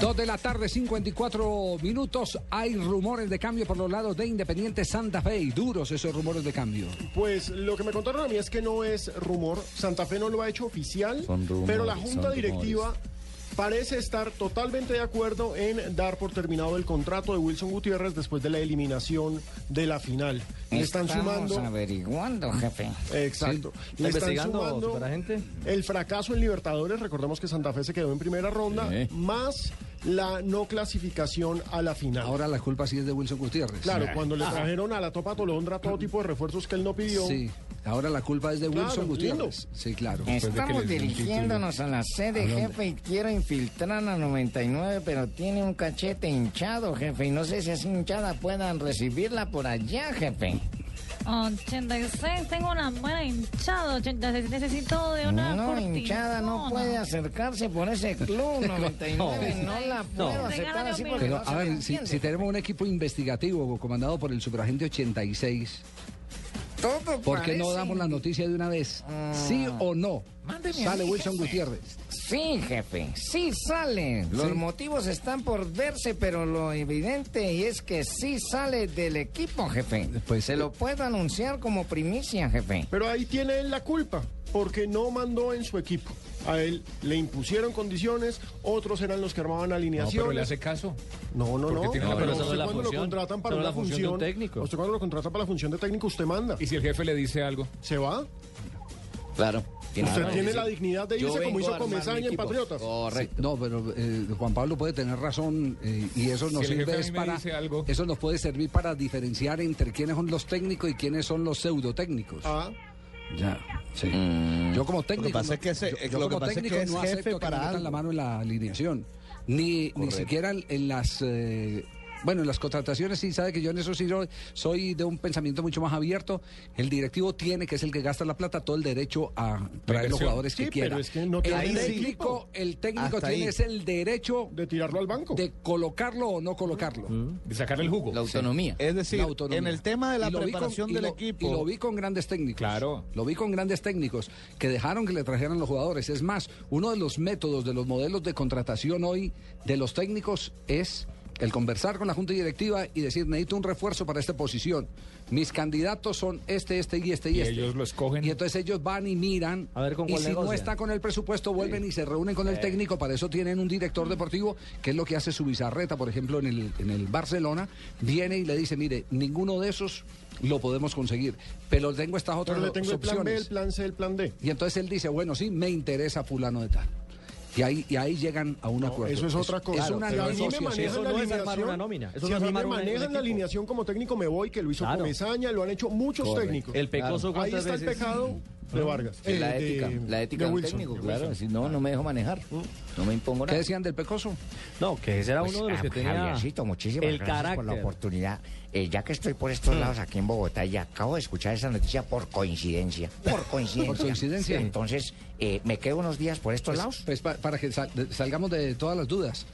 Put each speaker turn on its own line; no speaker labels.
Dos de la tarde, 54 minutos. Hay rumores de cambio por los lados de Independiente Santa Fe y duros esos rumores de cambio.
Pues lo que me contaron a mí es que no es rumor. Santa Fe no lo ha hecho oficial,
Son rumores,
pero la
son
Junta
rumores.
Directiva parece estar totalmente de acuerdo en dar por terminado el contrato de Wilson Gutiérrez después de la eliminación de la final. Le están
Estamos
sumando.
averiguando, jefe.
Exacto.
Sí.
Le están
Investigando,
sumando
superagente.
el fracaso en Libertadores. Recordemos que Santa Fe se quedó en primera ronda,
Sí.
más la no clasificación a la final.
Ahora la culpa sí es de Wilson Gutiérrez.
Claro, cuando le trajeron a la Topa Tolondra todo tipo de refuerzos que él no pidió.
Sí. Ahora la culpa es de
Claro,
Wilson Gutiérrez.
lindo.
Sí, claro.
Estamos dirigiéndonos a la sede, jefe, y quiero infiltrar a 99, pero tiene un cachete hinchado, jefe, y no sé si esa hinchada puedan recibirla por allá, jefe.
86, tengo una buena hinchada, 86, necesito de una
No,
cortinona.
hinchada no puede acercarse por ese club 99, no la puedo aceptar
Regálame
así
un
porque
minuto.
no
Pero,
se
a
me
ver, si,
entiende.
si tenemos un equipo investigativo comandado por el superagente 86,
Todo
¿por qué no
parece-
damos la noticia de una vez? ¿Sí o no?
Mándeme a
Sale
mí,
Wilson
jefe.
Gutiérrez.
Sí, jefe, sí sale. Los
Sí.
motivos están por verse, pero lo evidente y es que sí sale del equipo, jefe.
Pues,
se
eh,
lo puedo anunciar como primicia, jefe.
Pero ahí tiene él la culpa, porque no mandó en su equipo. A él le impusieron condiciones, otros eran los que armaban
No,
alineaciones.
pero le hace caso.
No, no,
Porque
no.
tiene la-
Pero usted
pero esa no es la
cuando lo
función.
contratan para
Esa no es
una
la función de un técnico.
Usted cuando lo contratan para la función de técnico, usted manda.
Y si el jefe le dice algo.
¿Se va?
Claro.
Usted tiene
sí.
la dignidad de
Yo
irse como
vengo
hizo
a armar mi
Comesaña en
equipo.
Patriotas.
Oh.
Correcto.
No, pero eh, Juan Pablo puede tener razón eh, y eso nos
el jefe
sirve
a mí
es
me
para
dice algo.
eso nos puede servir para diferenciar entre quiénes son los técnicos y quiénes son los pseudotécnicos.
Ah,
Ya, sí. Yo como técnico,
pasa
no-
es Mm. que ese-
yo-
eh,
yo
lo
como
que pasa es
técnico
que es
no
jefe
acepto que me
para
metan
algo.
la mano en la alineación, ni ni
Correcto.
siquiera en las eh, bueno, en las contrataciones sí sabe que yo en eso sí soy, soy de un pensamiento mucho más abierto. El directivo tiene, que es el que gasta la plata, todo el derecho a traer los
inversión.
jugadores
Sí,
que
pero
quiera.
es que no
el
tiene
técnico,
equipo.
el técnico
Hasta
tiene
ahí.
es el derecho
de Mm. tirarlo al banco.
de colocarlo o no colocarlo.
De sacarle el jugo.
La autonomía.
Es decir,
La autonomía.
en el tema de la
Y lo vi con-
preparación
y
del
lo-
equipo.
Y lo vi con grandes técnicos.
Claro.
Lo vi con grandes técnicos que dejaron que le trajeran los jugadores. Es más, uno de los métodos, de los modelos de contratación hoy de los técnicos es el conversar con la junta directiva y decir, necesito un refuerzo para esta posición. Mis candidatos son este, este y este y,
Y
este.
ellos lo escogen.
Y entonces ellos van y miran.
A ver con
y
cuál
si no
negocian.
está con el presupuesto, vuelven y se reúnen con el técnico. Para eso tienen un director deportivo, que es lo que hace su bizarreta, por ejemplo, en el, en el Barcelona. Viene y le dice, mire, ninguno de esos lo podemos conseguir, pero tengo estas otras
Pero le
o-
tengo el plan B,
opciones.
el plan C, el plan D.
Y entonces él dice, bueno, sí, me interesa fulano de tal. Y ahí, y ahí llegan a un acuerdo.
Eso es otra cosa.
Es una
Pero a mí me
negociación.
manejan la
Eso no es
alineación,
armar una nómina.
si
Eso no
a
es
mí
armar
me
un- un
manejan
equipo.
la alineación como técnico, me voy, que lo hizo
Claro.
Comesaña, lo han hecho muchos técnicos.
El pecoso
Ahí
cuántas
está el
veces.
pecado de Vargas.
Es la
Eh, de-
ética. La ética de un
Wilson,
técnico,
de
claro.
Wilson.
decir, no, no me dejo manejar. No me impongo
¿Qué
nada.
decían del Pecoso?
No, que ese era
Pues,
uno de los
ah,
que tenía
Javiercito, muchísimas
el
gracias
carácter. Mm.
por la oportunidad. Eh, ya que estoy por estos lados aquí en Bogotá y acabo de escuchar esa noticia por coincidencia. Por coincidencia.
coincidencia.
Entonces, eh, me quedo unos días por estos lados.
Pues pa- para que sal- salgamos de todas las dudas.